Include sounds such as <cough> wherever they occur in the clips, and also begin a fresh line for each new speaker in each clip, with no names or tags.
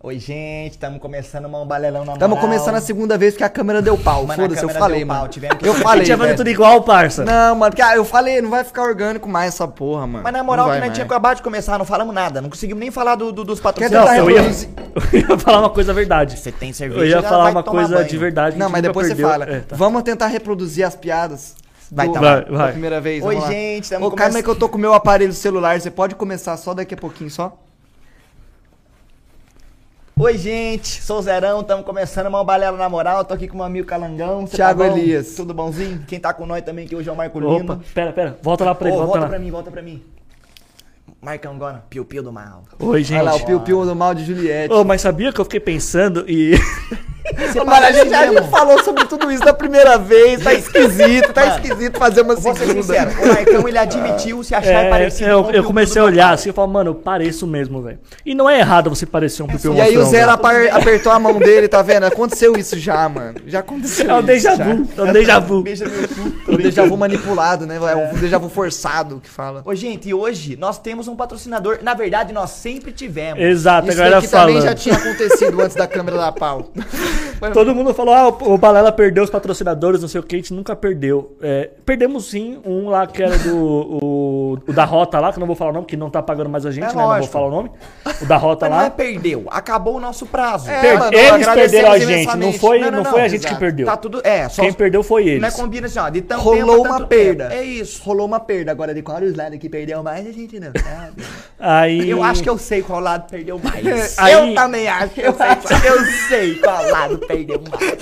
Oi, gente, estamos começando um balelão na
Tamo
moral.
começando a segunda vez que a câmera deu pau.
Mano, a
Foda-se, eu
câmera
falei,
deu pau,
mano.
tivemos que-
Eu falei.
Tinha
velho.
tudo igual, parça.
Não, mano, porque ah, eu falei, não vai ficar orgânico mais essa porra, mano.
Mas na moral,
Não
que
vai
nós tinha
mais.
acabado de começar, não falamos nada. Não conseguimos nem falar do, do- dos
Quer
patrocinadores.
tentar
eu, ia,
reproduzir?
<laughs> eu ia falar uma coisa verdade.
Você tem cerveja,
Eu ia
já
falar
vai
uma
tomar
coisa
banho.
de verdade. que a
Não,
gente
mas
nunca
depois
perdeu.
você fala.
É, tá.
Vamos tentar reproduzir as piadas.
Vai,
do-
tá
vai,
da
vai.
primeira vez.
Oi,
vamos lá.
gente, tamo
Ô, calma
começando-
aí que eu tô com o meu aparelho celular. Você pode começar só daqui a pouquinho, só?
Oi, gente, sou o Zerão, estamos começando um balela na moral. Tô aqui com o meu amigo Calangão. Cê
Thiago
bom?
Elias.
Tudo bonzinho? Quem tá com nós também aqui hoje é o Marco Lino.
Opa, pera, pera. Volta lá pra ele,
Ô,
volta,
volta
lá.
pra mim, volta pra mim. Marcão Gona, piu-piu do mal.
Oi,
Olha lá, o
gente.
piu-piu do mal de Juliette.
Ô, mas sabia que eu fiquei pensando
<laughs>
e.
Você
Ô, mano, a
parece
gente já
mesmo.
falou sobre tudo isso da primeira vez. <laughs> Tá esquisito, tá
Mano,
esquisito fazer uma
Vou ser sincero,
segunda.
o Marcão ele admitiu se achar
<laughs> é,
parecido
eu,
com o
eu
piu-piu
comecei a
do
olhar
mal.
assim e falar, mano, eu pareço mesmo, velho. E não é errado você parecer um pipiu
assim. E aí o
monstrão,
Zero
velho.
apar- apertou a mão dele, tá vendo? Aconteceu isso já, mano. Já aconteceu
É um
isso
déjà
já.
vu, é um déjà vu.
Beija meu cu.
É um déjà vu manipulado, né? É um déjà vu forçado que fala.
Ô, gente, e hoje nós temos um patrocinador. Na verdade, nós sempre tivemos.
Exato,
Isso
a galera
aqui também
falando.
já tinha acontecido antes da câmera da pau.
<laughs> Todo mundo falou, ah, o, o Balela perdeu os patrocinadores, não sei o que, a gente nunca perdeu. É, perdemos sim um lá que era do o, o da Rota lá, que eu não vou falar o nome, que não tá pagando mais a gente,
É
né? Não vou
lógico.
falar o nome. O da Rota
Mas não é
Tá lá.
perdeu, acabou o nosso prazo.
É,
Per-
mano,
eles
agradecemos
perderam a gente, não
imensamente.
foi, não, foi a gente
exato.
que perdeu.
Tá tudo. É, só.
Quem perdeu foi eles.
Não é combina assim, ó. De tão
Rolou
tempo a
uma
tanto
perda.
tempo. É isso. Rolou uma perda. Agora, de qual os lados que perdeu mais, a gente não
<laughs>
sabe.
Aí,
Eu acho que eu sei qual lado perdeu <laughs>
É,
mais.
Aí-
Eu também acho.
<laughs>
que Eu sei, qual- eu sei qual lado perdeu mais.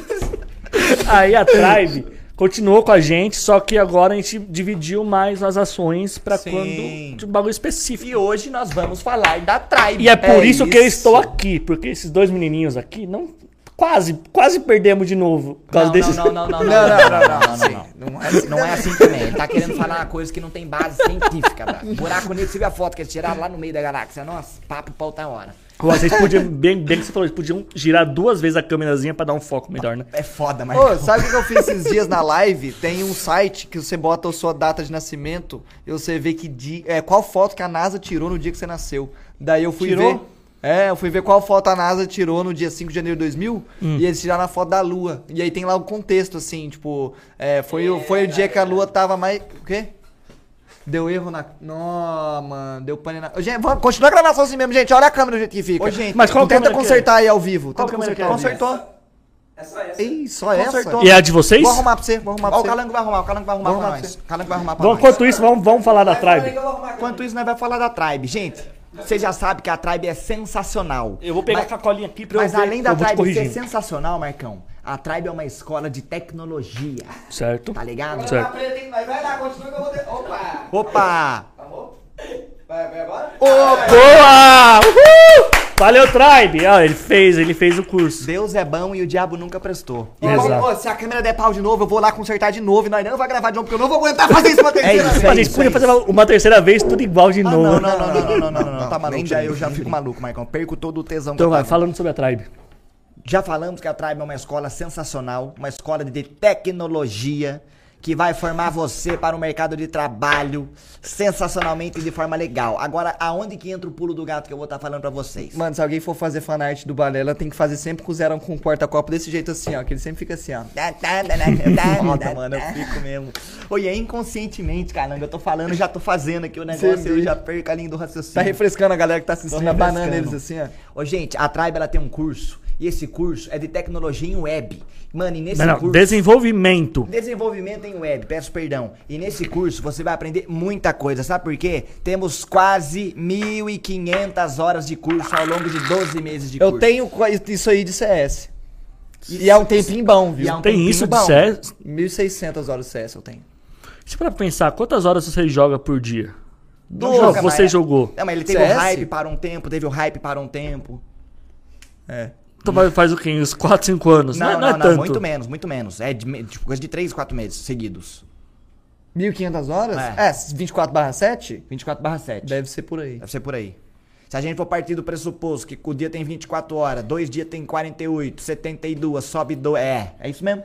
aí a Tribe continuou com a gente, só que agora a gente dividiu mais as ações pra
Sim.
quando de um bagulho específico.
E hoje nós vamos falar da Tribe.
E é por isso, que eu
isso.
estou aqui, porque esses dois menininhos aqui não quase, quase perdemos de novo por causa
Não,
desses
não, não, não, não, não,
Não, não,
não,
não, não, não, não, é assim.
Não é assim também. Ele tá querendo falar uma coisa que não tem base científica, bro. Buraco negro, você viu a foto que eles tiraram lá no meio da galáxia? Nossa, papo pra outra hora.
Pô, <laughs> Vocês podiam, bem, bem que você falou, eles podiam girar duas vezes a câmerazinha pra dar um foco melhor, né?
É foda, mas.
Ô, sabe o que eu fiz esses dias na live? Tem um site que você bota a sua data de nascimento e você vê que di... é, qual foto que a NASA tirou no dia que você nasceu. Daí eu fui
Tirou?
ver. É, eu fui ver qual foto a NASA tirou no dia 5 de janeiro de 2000
Hum.
e eles tiraram a foto da Lua. E aí tem lá o contexto, assim, tipo, é, foi, o, foi o dia que a Lua tava mais. O quê? Deu erro na. Nossa, mano, deu pane na. Ô, Gente, vamos, continua a gravação assim mesmo, gente. Olha a câmera do jeito que fica.
Ô, gente,
mas qual
Tenta
câmera que é?
consertar aí ao vivo. Tenta
câmera que
consertar.
é?
ao vivo.
Consertou.
Ih, só essa?
Consertou.
E é a de vocês?
Vou arrumar pra você, vou arrumar
Ó,
pra
o
você.
Calango vai arrumar, o Calango vai arrumar
Vamos
pra
lá,
nós.
você.
O Calango vai arrumar pra
Vamos-
nós.
enquanto isso, vamos, vamos falar da Tribe.
Enquanto isso, nós vamos falar da Tribe. Gente, vocês já sabem que a Tribe é sensacional.
Eu vou pegar
Mas-
a sacolinha aqui pra eu
Mas
ver,
além da
eu vou te
Tribe ser
corrigindo.
sensacional, Marcão, a Tribe é uma escola de tecnologia,
Certo?
tá ligado?
Certo.
Vai lá, continua que eu vou ter. Opa!
Opa!
Acabou? Vai, vai agora?
Boa! Uhul! Valeu, Tribe! Ah, ele fez, ele fez o curso.
Deus é bom e o diabo nunca prestou.
Ô,
Exato.
ô, se a câmera der pau de novo, eu vou lá consertar de novo. E nós não vai gravar de novo, porque eu não vou aguentar fazer isso uma terceira
isso,
vez.
é
a gente
isso,
podia
é
fazer uma- uma terceira vez, tudo igual de
Ah, não, não,
novo. né?
não, não, não, não, não, não, tá maluco.
Nem
Já,
brinca,
eu já
nem
fico maluco, Marcão. Perco todo o tesão
Então
que
vai,
eu tava.
falando sobre a Tribe.
Já falamos que a Tribe é uma escola sensacional, uma escola de tecnologia que vai formar você para o mercado de trabalho sensacionalmente e de forma legal. Agora, aonde que entra o pulo do gato que eu vou estar falando pra vocês?
Mano, se alguém for fazer fanart do Balela, tem que fazer sempre com o Zerão com o porta-copo desse jeito assim, ó. Que ele sempre fica assim, ó.
<laughs> Foda, mano, eu fico mesmo. Oi, é inconscientemente, caramba, eu tô falando, já tô fazendo aqui o
Sim,
negócio, eu
sim.
já perco a linha do raciocínio.
Tá refrescando a galera que tá assistindo, a banana eles
refrescando.
assim, ó.
Ô, gente, a Tribe ela tem um curso. E esse curso é de tecnologia em web. Mano, e nesse
Não, não,
curso.
desenvolvimento.
Desenvolvimento em web, peço perdão. E nesse curso você vai aprender muita coisa, sabe por quê? Temos quase 1.500 horas de curso ao longo de 12 meses de
Eu
curso.
tenho co- isso aí de CS. E é um tempinho bom,
E é
viu?
um
Tem
tempinho
isso de
bom.
CS?
1.600 horas de CS eu tenho.
Deixa pra pensar, quantas horas você joga por dia?
Não
Doze.
joga,
Você
mas-
jogou.
Não, mas ele teve o
CS?
hype para um tempo, teve o hype para um tempo.
É.
Então vai- faz o quê? Uns 4, 5 anos?
Não, não,
é
não,
tanto.
muito menos, muito menos. É de, me- de coisa de 3, 4 meses seguidos.
1.500 horas?
É.
É, 24 barra 7?
24 barra 7.
Deve ser por aí.
Deve ser por aí. Se a gente for partir do pressuposto que o dia tem 24 horas, dois dias tem 48, 72, sobe do É, é isso mesmo?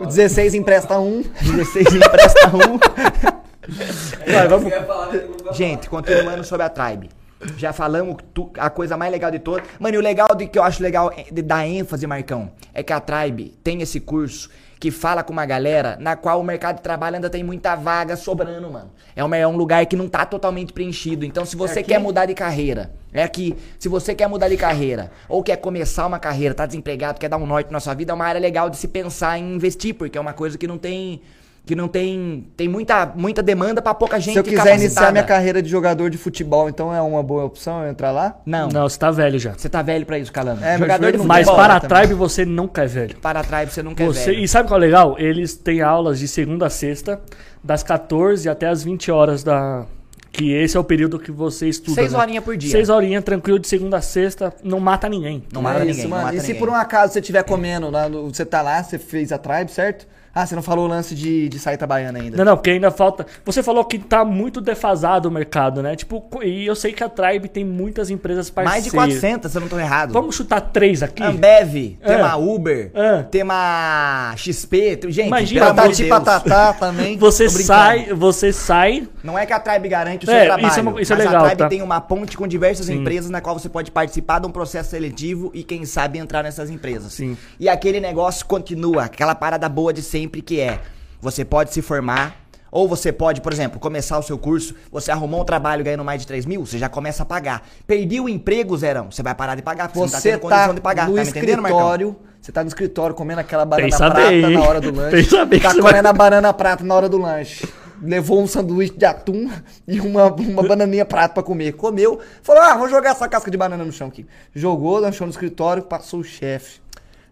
O 16 empresta um.
16 empresta um.
Vai,
<laughs>
vamos.
Eu ia falar, mas eu não vou falar.
Gente, continuando sobre a Tribe. Já falamos tu- a coisa mais legal de todas. Mano, e o legal de que eu acho legal é- de dar ênfase, Marcão, é que a Tribe tem esse curso que fala com uma galera na qual o mercado de trabalho ainda tem muita vaga sobrando, mano. É um, é um lugar que não tá totalmente preenchido. Então, se
É
você quer mudar de carreira, é aqui. Se você quer mudar de carreira ou quer começar uma carreira, tá desempregado, quer dar um norte na sua vida, é uma área legal de se pensar em investir, porque é uma coisa que não tem. Que não tem. Tem muita, muita demanda pra pouca gente né?
Se eu quiser
capacitada.
iniciar minha carreira de jogador de futebol, então é uma boa opção eu entrar lá?
Não.
Não, você tá velho já.
Você tá velho pra isso, Calando.
É, meu
Jogador de
joelho não
futebol.
Mas
bola
para a
também.
tribe você nunca é velho.
Para trás você não quer
Você,
velho.
e sabe qual é o legal? Eles têm aulas de segunda a sexta, das 14 até as 20 horas da. Que esse é o período que você estuda.
Seis
né?
horinhas por dia.
Seis horinhas, tranquilo, de segunda a sexta, não mata ninguém.
Não mata
é
ninguém,
isso,
não
mano.
mata
e se
ninguém.
por um acaso você estiver comendo, lá no- você tá lá, você fez a tribe, certo? Ah, você não falou o lance de, de saída baiana ainda.
Não, não, porque ainda falta. Você falou que tá muito defasado o mercado, né? Tipo, co- e eu sei que a Tribe tem muitas empresas parceiras.
Mais de 400, se eu não
tá
tô errado.
Vamos chutar três aqui?
Ambev,
É.
tema Uber,
É.
tema XP. tem- Gente,
Imagina,
pelo amor de
Patati
Deus.
patatá também.
Você
Tô brincando.
sai, você sai.
Não é que a Tribe garante o
É,
seu trabalho,
isso é uma- isso é
mas
legal,
a Tribe
tá?
tem uma ponte com diversas empresas na qual você pode participar de um processo seletivo e quem sabe entrar nessas empresas.
Sim.
E aquele negócio continua, aquela parada boa de sempre que é, você pode se formar ou você pode, por exemplo, começar o seu curso, você arrumou um trabalho ganhando mais de 3 mil, você já começa a pagar. Perdi o emprego, Zerão, você vai parar de pagar, porque você,
Você
não tá tendo condição
tá
de pagar.
no
tá me entendendo, Marcão?
escritório, você tá no escritório comendo aquela banana
Pensa
prata
bem,
na
hein?
hora do lanche.
Pensa bem
tá
que você
comendo
vai-
a banana prata na hora do lanche. Levou um sanduíche de atum e uma, uma bananinha prata pra comer. Comeu, falou: ah, vou jogar essa casca de banana no chão aqui. Jogou, lanchou no escritório, passou o chefe.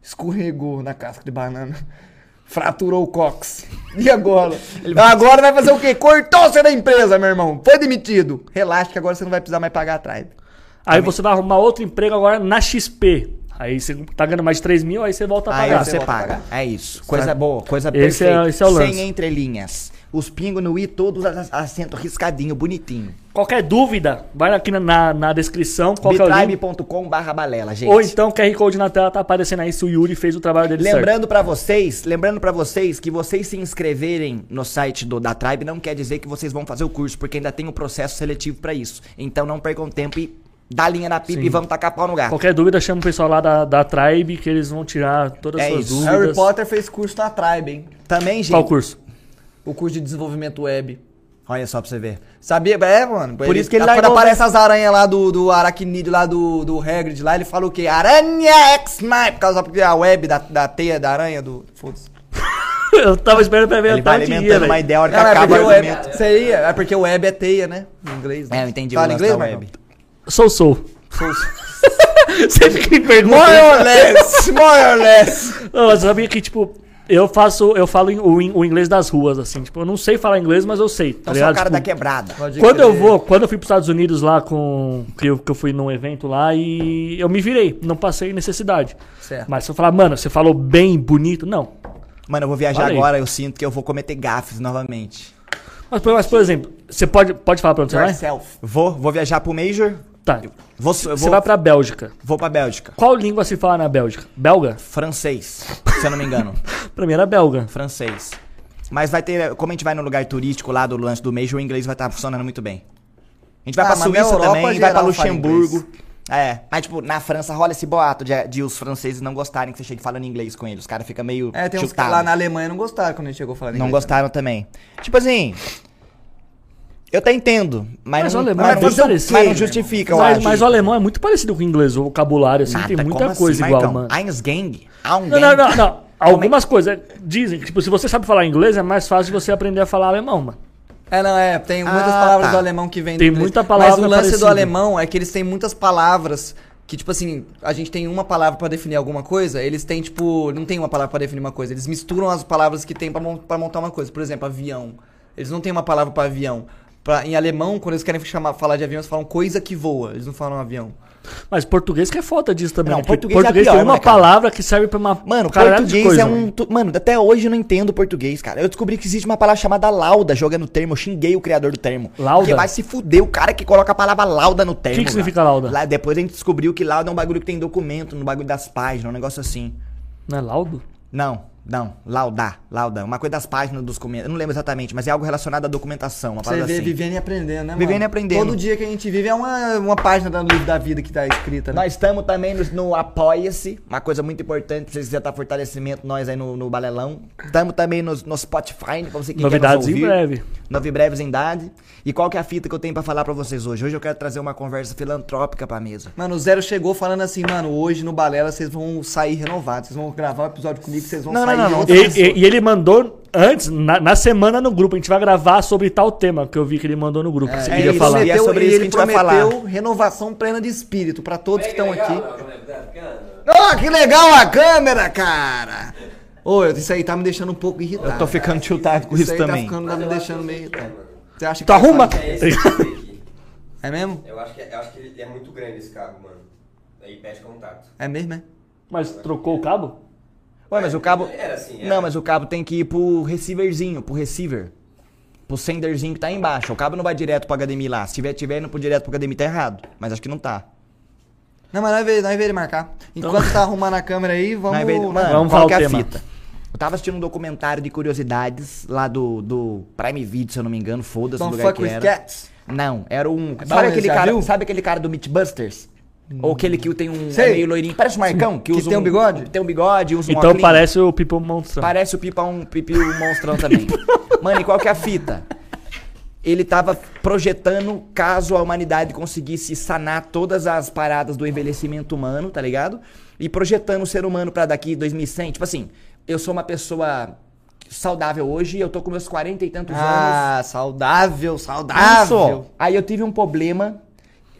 Escorregou na casca de banana. Fraturou o cox. E agora? Agora vai fazer o quê? Cortou você da empresa, meu irmão. Foi demitido. Relaxa que agora você não vai precisar mais pagar a tribe.
Aí você vai arrumar outro emprego agora na XP. Aí você tá ganhando mais de 3 mil, aí você volta a
Aí
pagar.
você paga. É isso. Coisa boa, coisa
Esse é-
perfeita.
esse é o lance.
Sem entrelinhas. Os pingos no i, todos as- acento riscadinho, bonitinho.
Qualquer dúvida, vai aqui na, na, na descrição. Qual que é o link?
bitribe.com barra balela, gente.
Ou então QR Code na tela tá aparecendo aí se o Yuri fez o trabalho dele certo.
Lembrando pra vocês, lembrando para vocês que vocês se inscreverem no site do da Tribe não quer dizer que vocês vão fazer o curso, porque ainda tem um processo seletivo pra isso. Então não percam tempo e dá linha na pipa e vamos tacar pau no gato.
Qualquer dúvida, chama o pessoal lá da, da Tribe que eles vão tirar todas as
É
suas
isso.
dúvidas.
Harry Potter fez curso na Tribe, hein?
Também, gente.
Qual curso? <laughs>
O curso de desenvolvimento web.
Olha só pra você ver.
Sabia? É, mano. Por
isso que ele
Quando
largou,
aparece as aranhas lá do, do aracnídeo, lá do, do Hagrid, lá, ele fala o quê? Aranha X-Mine! Por causa da web da, da teia da aranha do... Foda-se.
eu tava esperando pra ver
Ele
a
vai
tarde inteira,
alimentando uma
velho.
ideia a hora que
Não, é
acaba
porque
o
o web...
argumento.
Isso aí é é porque o web é teia, né? Em inglês. né?
É, eu entendi
Fala
o
em
lance
inglês,
da
Marcão?
web.
Sou, sou. Sempre que me pergunta.
More or less! More or less!
Não, mas eu sabia que, tipo, eu faço, eu falo em- o, in- o inglês das ruas, assim. Tipo, eu não sei falar inglês, mas eu sei. Tá
Então você é
ligado?
o cara da
Tipo,
quebrada.
Pode
quando eu
crer.
vou, quando eu fui pros Estados Unidos lá com. Que eu, que eu fui num evento lá e eu me virei, não passei necessidade.
É.
Certo.
Mas se eu falar, mano, você falou bem bonito, não.
Mano, eu vou viajar
Fala aí.
agora, eu sinto que eu vou cometer gafes novamente.
Mas, por- mas, por exemplo, você pode, pode falar pra onde você vai?
Yourself.
Vou, vou viajar pro Major,
Tá.
vou, eu
Você
vou,
vai pra Bélgica.
vou pra Bélgica.
Qual língua se fala na Bélgica? Belga?
Francês, se eu não me
<laughs>
engano.
Pra mim era belga.
Francês. Mas vai ter, como a gente vai no lugar turístico lá do lance do Major, o inglês vai estar funcionando muito bem. A gente vai
Ah,
pra
mas na
Suíça
Europa,
também, vai
geral,
pra
fala
Luxemburgo. É, mas tipo, na França rola esse boato de, de os franceses não gostarem que você chegue falando inglês com eles. Os caras ficam meio
É, tem uns que
chutado.
lá na Alemanha não gostaram quando a gente chegou falando
Não
inglês.
gostaram também. Tipo assim, eu até entendo, mas,
Mas
não,
o alemão
mas
é
não-
muito
mas,
parecido.
não justifica, eu
Mas,
acho.
mas o alemão é muito parecido com o inglês, o vocabulário, assim,
Nada,
tem
como
muita
assim,
coisa igual,
Marcão?
mano.
Einsgang? Aung
Não,
<laughs>
não, não, não. Algumas coisas dizem que, tipo, se você sabe falar inglês, é mais fácil você aprender a falar alemão, mano.
É, não, é. Tem muitas
Ah,
palavras
tá.
do alemão que vem
Tem
do inglês.
muita palavra
Mas o lance do
parecida.
alemão é que eles têm muitas palavras que, tipo assim, a gente tem uma palavra pra definir alguma coisa, eles têm, tipo, não tem uma palavra pra definir uma coisa. Eles misturam as palavras que tem pra mon- pra montar uma coisa. Por exemplo, avião. Eles não têm uma palavra pra avião. Pra- em alemão, quando eles querem chamar, falar de avião, eles falam coisa que voa. Eles não falam avião.
Mas português que é foda disso também.
Não,
né? Porque
português é pior,
tem uma
né, cara?
palavra que serve pra uma.
Mano,
caralhada de
português
coisa,
é um.
mano.
tu- Mano, até hoje eu não entendo português, cara. Eu descobri que existe uma palavra chamada lauda jogando no termo. Eu xinguei o criador do termo.
Lauda?
Que vai se fuder o cara que coloca a palavra lauda no termo.
que
cara.
significa lauda?
Lá, depois a gente descobriu que lauda é um bagulho que tem documento, no bagulho das páginas, um negócio assim.
Não é laudo?
Não. Não, laudar, laudar. Uma coisa das páginas dos comentários. Eu não lembro exatamente, mas é algo relacionado à documentação, uma
Você
parada
vê
assim.
vivendo e aprendendo, né, mano?
Vivendo e aprendendo.
Todo dia que a gente vive é uma, uma página da livro da vida que tá escrita, né?
Nós estamos também no, no Apoia-se, uma coisa muito importante pra vocês que já tá fortalecimento nós aí no, no Balelão. Estamos também nos- no, Spotify, pra você que
Novidades
quer
em
nos ouvir.
breve.
Nove breves em idade. E qual que é a fita que eu tenho pra falar pra vocês hoje? Hoje eu quero trazer uma conversa filantrópica pra mesa.
Mano, o Zero chegou falando assim, mano, hoje no Balela vocês vão sair renovados. Vocês vão gravar um episódio comigo, vocês vão
Não, não,
sair
não,
de
não.
outra
E,
pessoa.
e- e ele mandou antes, na, na semana no grupo, a gente vai gravar sobre tal tema que eu vi que ele mandou no grupo. que você
é
queria
isso,
falar.
e é sobre
e
isso que
ele
a gente vai
prometeu
falar.
renovação plena de espírito pra todos que estão aqui.
aqui.
Oh, que legal a câmera, cara! Ô, isso aí tá me deixando um pouco irritado.
Eu tô ficando tiltado com isso
aí
também.
Tá, ficando, tá me deixando meio irritado. Você acha que
Tu Então arruma?
É
<laughs>
esse aqui.
É mesmo?
Eu acho que eu acho que ele é muito grande esse cabo, mano. Aí perde contato.
É mesmo, é?
<laughs> Mas trocou o cabo?
Ué, mas o cabo.
Era assim, era.
Não, mas o cabo tem que ir pro receiverzinho, pro receiver. Pro senderzinho que tá aí embaixo. O cabo não vai direto pro HDMI lá. Se tiver, tiver indo pro direto pro HDMI, tá errado. Mas acho que não tá.
Não, mas nós vamos nós vê ele marcar. Enquanto tá arrumando a câmera aí, vamos.
Mas, velho, mano,
vamos
qual
falar
que
o
é a
tema.
fita? Eu tava assistindo um documentário de curiosidades lá do, do Prime Video, se eu não me engano, foda-se o
Don't
lugar
fuck
que
with
era.
cats.
Não, era um.
bom,
sabe,
né?
aquele
Já
cara,
viu?
sabe aquele cara do Mythbusters? Ou aquele que tem um
Sei.
é meio loirinho, parece o Marcão, que,
Que
usa
tem um bigode?
Tem um bigode, usa um
Então
óculos.
parece o People Monster.
Parece o Pipa um Pipi um monstrão também. Mano, e qual que é a fita? Ele tava projetando caso a humanidade conseguisse sanar todas as paradas do envelhecimento humano, tá ligado? E projetando o ser humano pra daqui 2100, tipo assim, eu sou uma pessoa saudável hoje, eu tô com meus 40 e tantos anos.
Ah, saudável,
Isso.
saudável.
Ah, Aí eu tive um problema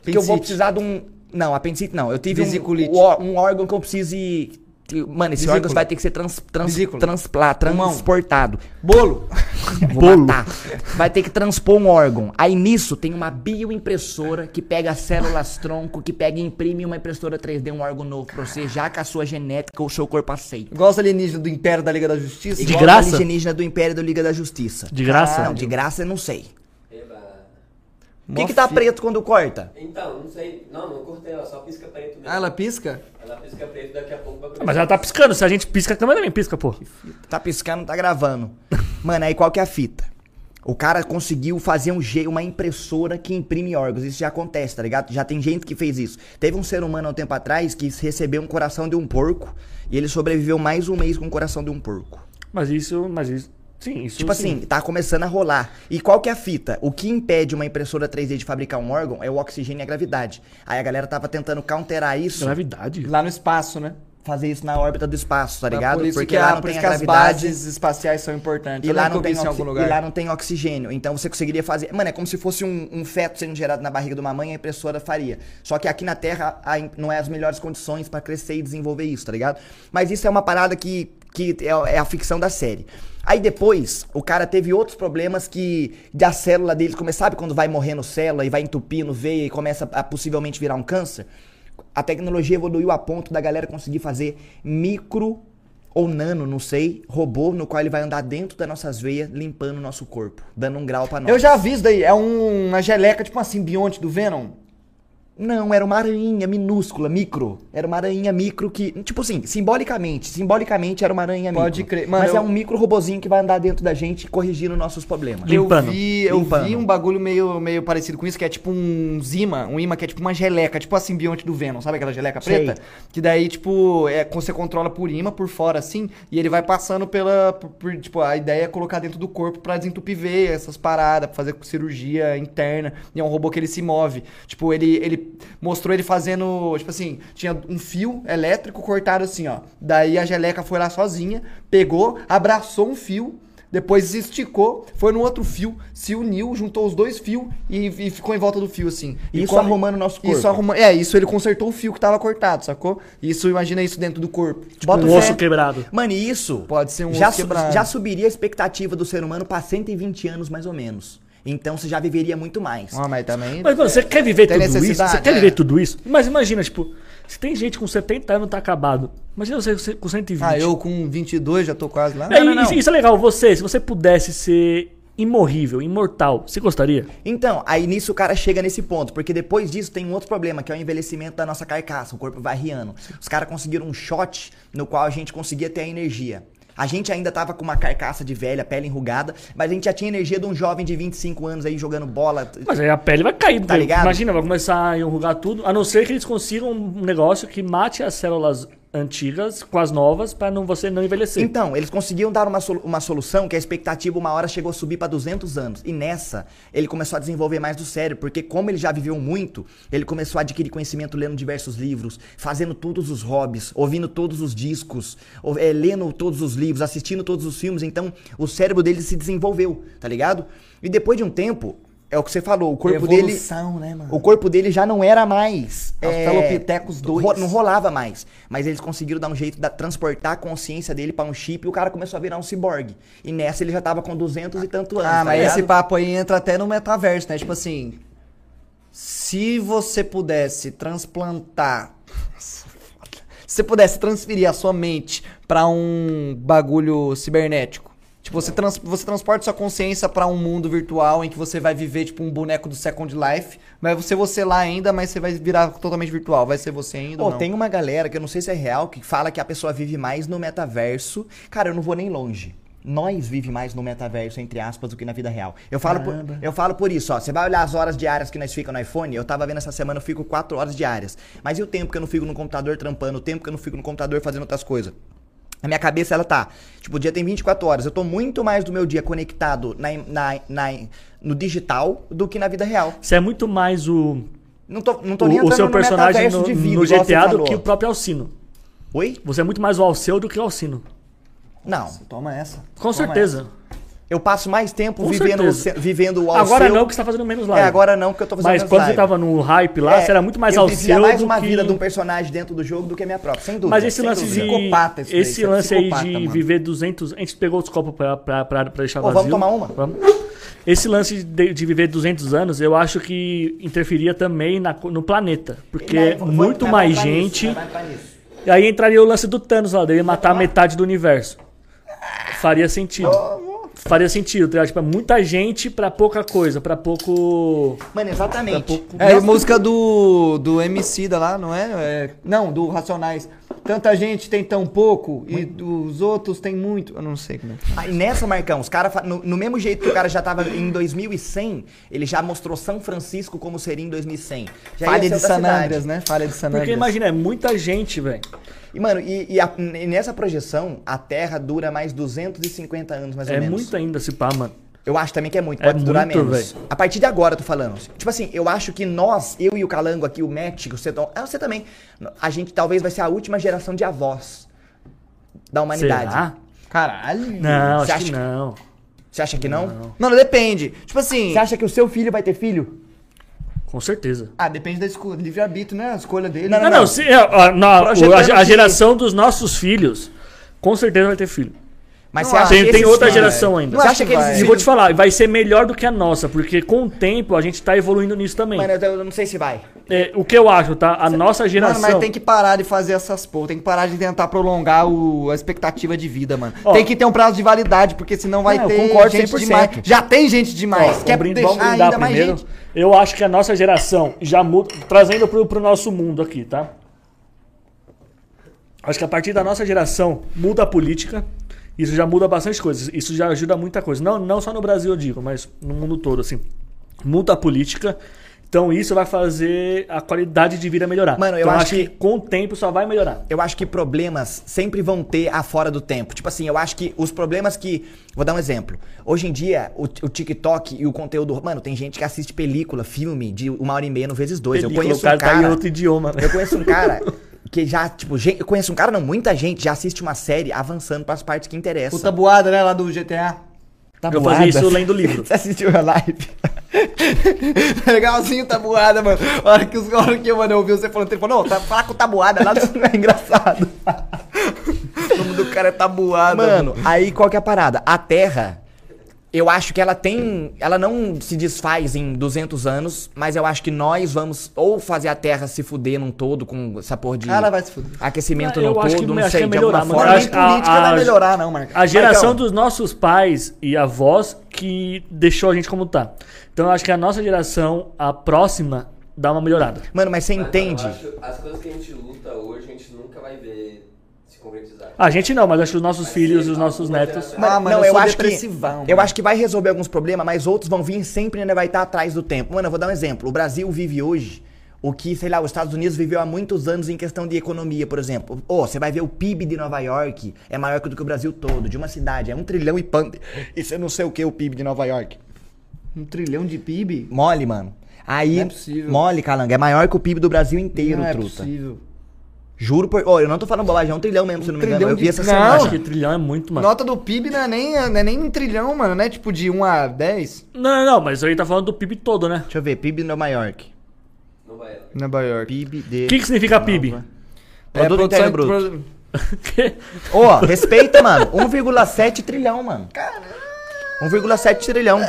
que eu vou
Apendicite.
precisar de um. Não, apendicite não. Eu tive
Vesiculite.
um, ó- um órgão que eu precise. Mano, esse
Vesícula.
órgão vai ter que ser trans, trans,
Vesícula.
transpla-
Pulmão.
transportado.
Bolo.
<laughs> Vou matar. Vai ter que transpor um órgão. Aí nisso tem uma bioimpressora que pega células tronco, que pega e imprime uma impressora 3D, um órgão novo pra você, já com a sua genética, o seu corpo aceita.
Igual os alienígenas do Império da Liga da Justiça.
De
Igual
graça?
o alienígena do Império da Liga da Justiça.
De graça?
Ah, Não, de graça eu não sei.
Eba.
O que, que tá preto quando corta?
Então, não sei. Não, não cortei, ela só pisca preto mesmo.
Ah, ela pisca?
Ela pisca preto daqui a pouco vai
Ah, Mas ela tá piscando. Se a gente pisca, a câmera também pisca, pô.
Tá piscando, tá gravando. Mano, aí qual que é a fita? O cara conseguiu fazer um jeito, uma impressora que imprime órgãos. Isso já acontece, tá ligado? Já tem gente que fez isso. Teve um ser humano há um tempo atrás que recebeu um coração de um porco e ele sobreviveu mais um mês com o coração de um porco.
Mas isso, mas isso. Sim, isso.
Tipo
sim.
assim, tá começando a rolar. E qual que é a fita? O que impede uma impressora 3D de fabricar um órgão é o oxigênio e a gravidade. Aí a galera tava tentando counterar isso,
Gravidade?
Lá no espaço, né?
fazer isso na órbita do espaço, tá ligado?
Por isso
Porque
que, é
lá
a-
não
por
tem
isso
a
que as
gravidade.
bases espaciais são importantes.
E
Então Eu
lá,
lembro
não
que eu
tem
vi isso em
oxi-
algum lugar.
e lá não tem oxigênio. Então você conseguiria fazer. Mano, é como se fosse um, um feto sendo gerado na barriga de uma mãe, a impressora faria. Só que aqui na Terra a im- não é as melhores condições pra crescer e desenvolver isso, tá ligado? Mas isso é uma parada que, que é, é a ficção da série. Aí depois, o cara teve outros problemas que da célula dele, como sabe quando vai morrendo célula e vai entupindo veia e começa a possivelmente virar um câncer? A tecnologia evoluiu a ponto da galera conseguir fazer micro ou nano, não sei, robô no qual ele vai andar dentro das nossas veias, limpando o nosso corpo, dando um grau pra nós.
Eu já vi isso daí. É um- uma geleca, tipo uma simbionte do Venom.
Não, era uma aranha minúscula, micro. Era uma aranha micro que, tipo assim, simbolicamente, simbolicamente era uma aranha
Pode
micro.
crer. Mano,
Mas
eu-
é um micro robozinho que vai andar dentro da gente corrigindo nossos problemas.
Eu- Limpando.
Eu vi, eu
Limpando.
vi um bagulho meio, meio parecido com isso, que é tipo um imã, um imã que é tipo uma geleca, tipo a simbionte do Venom, sabe aquela geleca
Sei.
preta? Que daí, tipo, é, você controla por imã, por fora, assim, e ele vai passando pela. por- por, tipo, a ideia é colocar dentro do corpo pra desentupir veia, essas paradas, pra fazer cirurgia interna. E é um robô que ele se move. Tipo, ele, ele mostrou ele fazendo. Tipo assim, tinha um fio elétrico cortado assim, ó. Daí a geleca foi lá sozinha, pegou, abraçou um fio. Depois esticou, foi no outro fio, se uniu, juntou os dois fios e, e ficou em volta do fio, assim. E
Isso
quando-
arrumando o nosso corpo.
Isso arruma... É, isso ele consertou o fio que tava cortado, sacou? Isso, imagina isso dentro do corpo.
Bota
Um
fé.
osso quebrado.
Mano, e isso
Pode ser um
já,
osso
su-
quebrado.
já subiria a expectativa do ser humano pra 120 anos mais ou menos. Então você já viveria muito mais.
Ah, mas também...
Mas, mano, você quer viver
Tem
tudo isso?
necessidade,
Você quer
é.
viver tudo isso? Mas imagina, tipo, se tem gente com 70 anos tá acabado. Imagina você com 120.
Ah, eu com 22 já tô quase lá.
É, Isso, isso é legal. Você, se você pudesse ser imorrível, imortal, você gostaria?
Então, aí nisso o cara chega nesse ponto, porque depois disso tem um outro problema, que é o envelhecimento da nossa carcaça, o corpo vai riando. Os caras conseguiram um shot no qual a gente conseguia ter a energia. A gente ainda tava com uma carcaça de velha, pele enrugada, mas a gente já tinha energia de um jovem de 25 anos aí jogando bola.
Mas aí a pele vai cair,
Tá
né?
ligado?
Imagina, vai começar a enrugar tudo. A não ser que eles consigam um negócio que mate as células antigas com as novas pra não, você não envelhecer.
Então, eles conseguiam dar uma, solu- uma solução que a expectativa uma hora chegou a subir para 200 anos. E nessa, ele começou a desenvolver mais do cérebro, porque como ele já viveu muito, ele começou a adquirir conhecimento lendo diversos livros, fazendo todos os hobbies, ouvindo todos os discos, ou- eh, lendo todos os livros, assistindo todos os filmes. Então, o cérebro dele se desenvolveu, tá ligado? E depois de um tempo, é o que você falou, o corpo dele...
Evolução, né, mano?
O corpo dele já não era mais. é,
Australopithecus É dois.
ro- Não rolava mais. Mas eles conseguiram dar um jeito de transportar a consciência dele pra um chip e o cara começou a virar um ciborgue. E nessa ele já tava com 200 e tanto anos.
Ah,
tá
mas
ligado?
esse papo aí entra até no metaverso, né? Tipo assim, se você pudesse transplantar, se você pudesse transferir a sua mente pra um bagulho cibernético, tipo você trans, você transporta sua consciência pra um mundo virtual em que você vai viver tipo um boneco do Second Life, mas você você lá ainda, mas você vai virar totalmente virtual, vai ser você ainda
Pô,
ou não?
tem uma galera que eu não sei se é real que fala que a pessoa vive mais no metaverso. Cara, eu não vou nem longe. Nós vive mais no metaverso, entre aspas, do que na vida real. Eu falo, por, eu falo por isso, ó. Você vai olhar as horas diárias que nós ficamos no iPhone. Eu tava vendo essa semana, eu fico 4 horas diárias. Mas e o tempo que eu não fico no computador trampando? O tempo que eu não fico no computador fazendo outras coisas? A minha cabeça, ela tá. Tipo, o dia tem 24 horas. Eu tô muito mais do meu dia conectado na, na, na- no digital do que na vida real.
Você é muito mais o,
Não tô, não tô nem
o, o
entrando
seu
no
personagem
metaverso
no,
de vida,
no
igual você
GTA do
falou.
que o próprio Alcino.
Oi?
Você é muito mais o Alceu do que o Alcino.
Não.
Toma essa.
Com
Toma
é?
certeza.
Eu passo mais tempo
Com
vivendo, o,
certeza.
ce- vivendo o Alceu.
Agora não, que você tá fazendo
É,
menos live.
agora não, porque eu tô fazendo
Mas
menos
quando
live.
você tava no hype lá,
É,
você era muito mais
eu
Alceu
vivia mais
do
uma
que...
vida de um personagem dentro do jogo do que a minha própria, sem dúvida.
Mas esse
sem
lance
dúvida.
de.
Psicopata esse daí,
esse
você é
lance aí
psicopata,
de
mano.
viver 200. A gente pegou os copos pra, pra, pra, pra deixar
Pô,
vazio.
vamos tomar uma?
Vamos. Esse lance de, de viver 200 anos, eu acho que interferia também na co- no planeta. Porque
Vai- vai-
muito
vai-
mais
vai pra nisso,
gente.
vai- vai pra nisso.
E aí entraria o lance do Thanos lá, dele matar metade do universo. Faria sentido. Faria sentido, tá ligado? Tipo, é muita gente pra pouca coisa, pra pouco.
Mano, exatamente.
É a música do, do MC da lá, não é? É- Não, do Racionais. Tanta gente tem tão pouco e dos outros tem muito. Eu não sei como é. que
Aí nessa, Marcão, os caras. fa- No, no mesmo jeito que o cara já tava em 2100, ele já mostrou São Francisco como seria em 2100. Já
é.
ia
Falha
ser
de
outra
San
cidade.
Andreas, né? Falha de San
Porque
Andreas.
imagina, é muita gente, velho.
E, mano, e, e a- e nessa projeção, a Terra dura mais 250 anos, mais ou
É
menos.
muito ainda se pá, mano.
Eu acho também que é muito,
É
pode durar
muito,
menos.
véi.
A partir de agora, eu tô falando. Tipo assim, eu acho que nós, eu e o Calango aqui, o Matt, o Cetão, ah, você também, a gente talvez vai ser a última geração de avós da humanidade.
Será?
Caralho.
Não,
Você
acho que
acha-
não.
Você acha que não?
Mano, depende. Tipo assim.
Você acha que o seu filho vai ter filho?
Com certeza.
Ah, depende da escolha. Livre-arbítrio, né? A escolha dele.
Não, não, se- é, ó, na-
Projetando
o- a, a
que-
geração dos nossos filhos, com certeza vai ter filho.
Mas
Não
você acha
acho.
que
Tem, tem
Ah, esses
outra
filhos-
geração ainda.
Você
acho
acha
que
que eles
vai.
E vou te falar, vai ser melhor do que a nossa, porque com o tempo a gente tá evoluindo nisso também.
Mano, eu, eu não sei se vai.
É, o que eu acho, tá? A nossa
Mano,
geração.
mas tem que parar de fazer essas porra. Tem que parar de tentar prolongar o- a expectativa de vida, mano.
Ó.
tem que ter um prazo de validade, porque senão vai
Não, eu
ter
concordo
gente
100%.
demais. Já tem gente demais. Quer
Vamos
deixar
brindar
ainda mais
primeiro.
gente.
Eu acho que a nossa geração já muda. Trazendo pro, pro nosso mundo aqui, tá? Acho que a partir da nossa geração muda a política. Isso já muda bastante coisas. Isso já ajuda muita coisa. Não, não só no Brasil, eu digo, mas no mundo todo, assim. Muda a política. Então isso vai fazer a qualidade de vida melhorar.
Mano, eu
Então,
acho
que...
que-
com o tempo só vai melhorar.
Eu acho que problemas sempre vão ter afora do tempo. Tipo assim, eu acho que os problemas que. Vou dar um exemplo. Hoje em dia, o, o TikTok e o conteúdo. Mano, tem gente que assiste película, filme de uma hora e meia no vezes dois. eu
Película,
conheço
o cara
um
tá em
cara.
outro idioma. né?
Eu conheço um cara que já, tipo, gente, eu conheço um cara, não, muita gente já assiste uma série avançando pras partes que interessam. Tá
Puta boada, né? Lá do GTA.
Eu fazia isso lendo livro.
Você assistiu a live?
<laughs> Legalzinho tabuada, mano. A hora que, os, a hora que mano, eu ouvi você falando, ele falou, não, tá, falar com tabuada lá
<laughs>
não é engraçado. o nome do cara é tabuada.
Mano, aí qual que é a parada? A Terra, eu acho que ela tem. Ela não se desfaz em 200 anos, mas eu acho que nós vamos ou fazer a Terra se fuder num todo com essa porra de.
Ela vai se fuder.
Aquecimento
Ah,
num
eu acho que-
todo, não
acho que
sei,
é
de alguma
melhorar, mano.
forma.
Eu
Agora, nem
acho que a-
política
a-
vai melhorar, não, Marcão.
A geração
Marcão,
dos nossos pais e avós que deixou a gente como tá. Então eu acho que a nossa geração, a próxima, dá uma melhorada.
Mano, mas você
Mas,
entende?
mano, eu acho- as coisas que a gente luta hoje, a gente nunca vai ver se concretizar.
Ah.
A gente não, mas acho que os nossos filhos e os nossos netos.
Mas-
Ah, mas
não,
eu
eu,
sou
acho que
depressivão,
eu
mano.
acho que vai resolver alguns problemas, mas outros vão vir e sempre ainda vai estar atrás do tempo. Mano, eu vou dar um exemplo. O Brasil vive hoje o que, sei lá, os Estados Unidos viveu há muitos anos em questão de economia, por exemplo. Ô, você vai ver o PIB de Nova York é maior que o do que o Brasil todo, de uma cidade, é um trilhão e pan... <laughs> E você não sei o que o PIB de Nova York.
Um trilhão de PIB?
Mole, mano. Aí,
Não é possível.
mole, calanga, é maior que o PIB do Brasil inteiro,
não é
truta.
possível.
Juro por. Ô, eu não tô falando bobagem, é um trilhão mesmo, se eu não me engano.
trilhão
Eu vi
de-
essa
Não,
Acho
semana.
que trilhão é muito, mano.
Nota do PIB não é, nem, não é nem um trilhão, mano, né? Tipo de 1 a 10
Não, não, não, mas aí tá falando do PIB todo, né?
Deixa eu ver, PIB de Nova York.
Não vai ela.
na York. É,
PIB de.
O que, que significa PIB?
Produto Interno Bruto.
pro-
Ô, respeita, mano. 1,7 trilhão, mano. Caramba. 1,7 trilhão.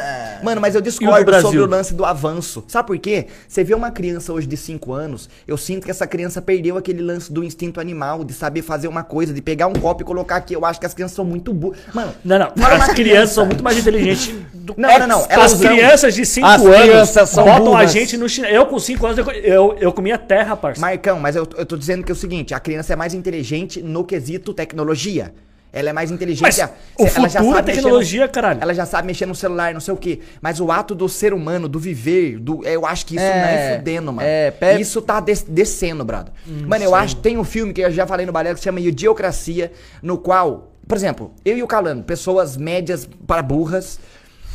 Mano, mas eu
É. E o do
discordo
Brasil?
sobre o lance do avanço. Sabe por quê? Você vê uma criança hoje de 5 anos, eu sinto que essa criança perdeu aquele lance do instinto animal, de saber fazer uma coisa, de pegar um copo e colocar aqui. Eu acho que as crianças são muito burras. Mano,
<laughs> Não, não.
Fala
As
uma
crianças são muito mais inteligentes do
Não, não, não, elas
As
são-
crianças de 5
As
anos
crianças são
botam a
burras.
gente no chinelo. Eu com 5 anos, eu, co- eu, eu comia terra, parça.
Marcão, mas eu, eu tô dizendo que é o seguinte, a criança é mais inteligente no quesito tecnologia. Ela é mais inteligente.
Mas
a-
o
se- ela já
futuro
sabe
é
mexer
tecnologia,
no,
caralho.
Ela já sabe mexer no celular, não sei o quê. Mas o ato do ser humano, do viver, do, eu acho que isso
É,
não é fudendo, mano.
é, Hum, pe-
Isso tá des- descendo, brother. mano, eu acho que tem um filme que eu já falei no balé que se chama Idiocracia, no qual, por exemplo, eu e o Calano, pessoas médias para burras,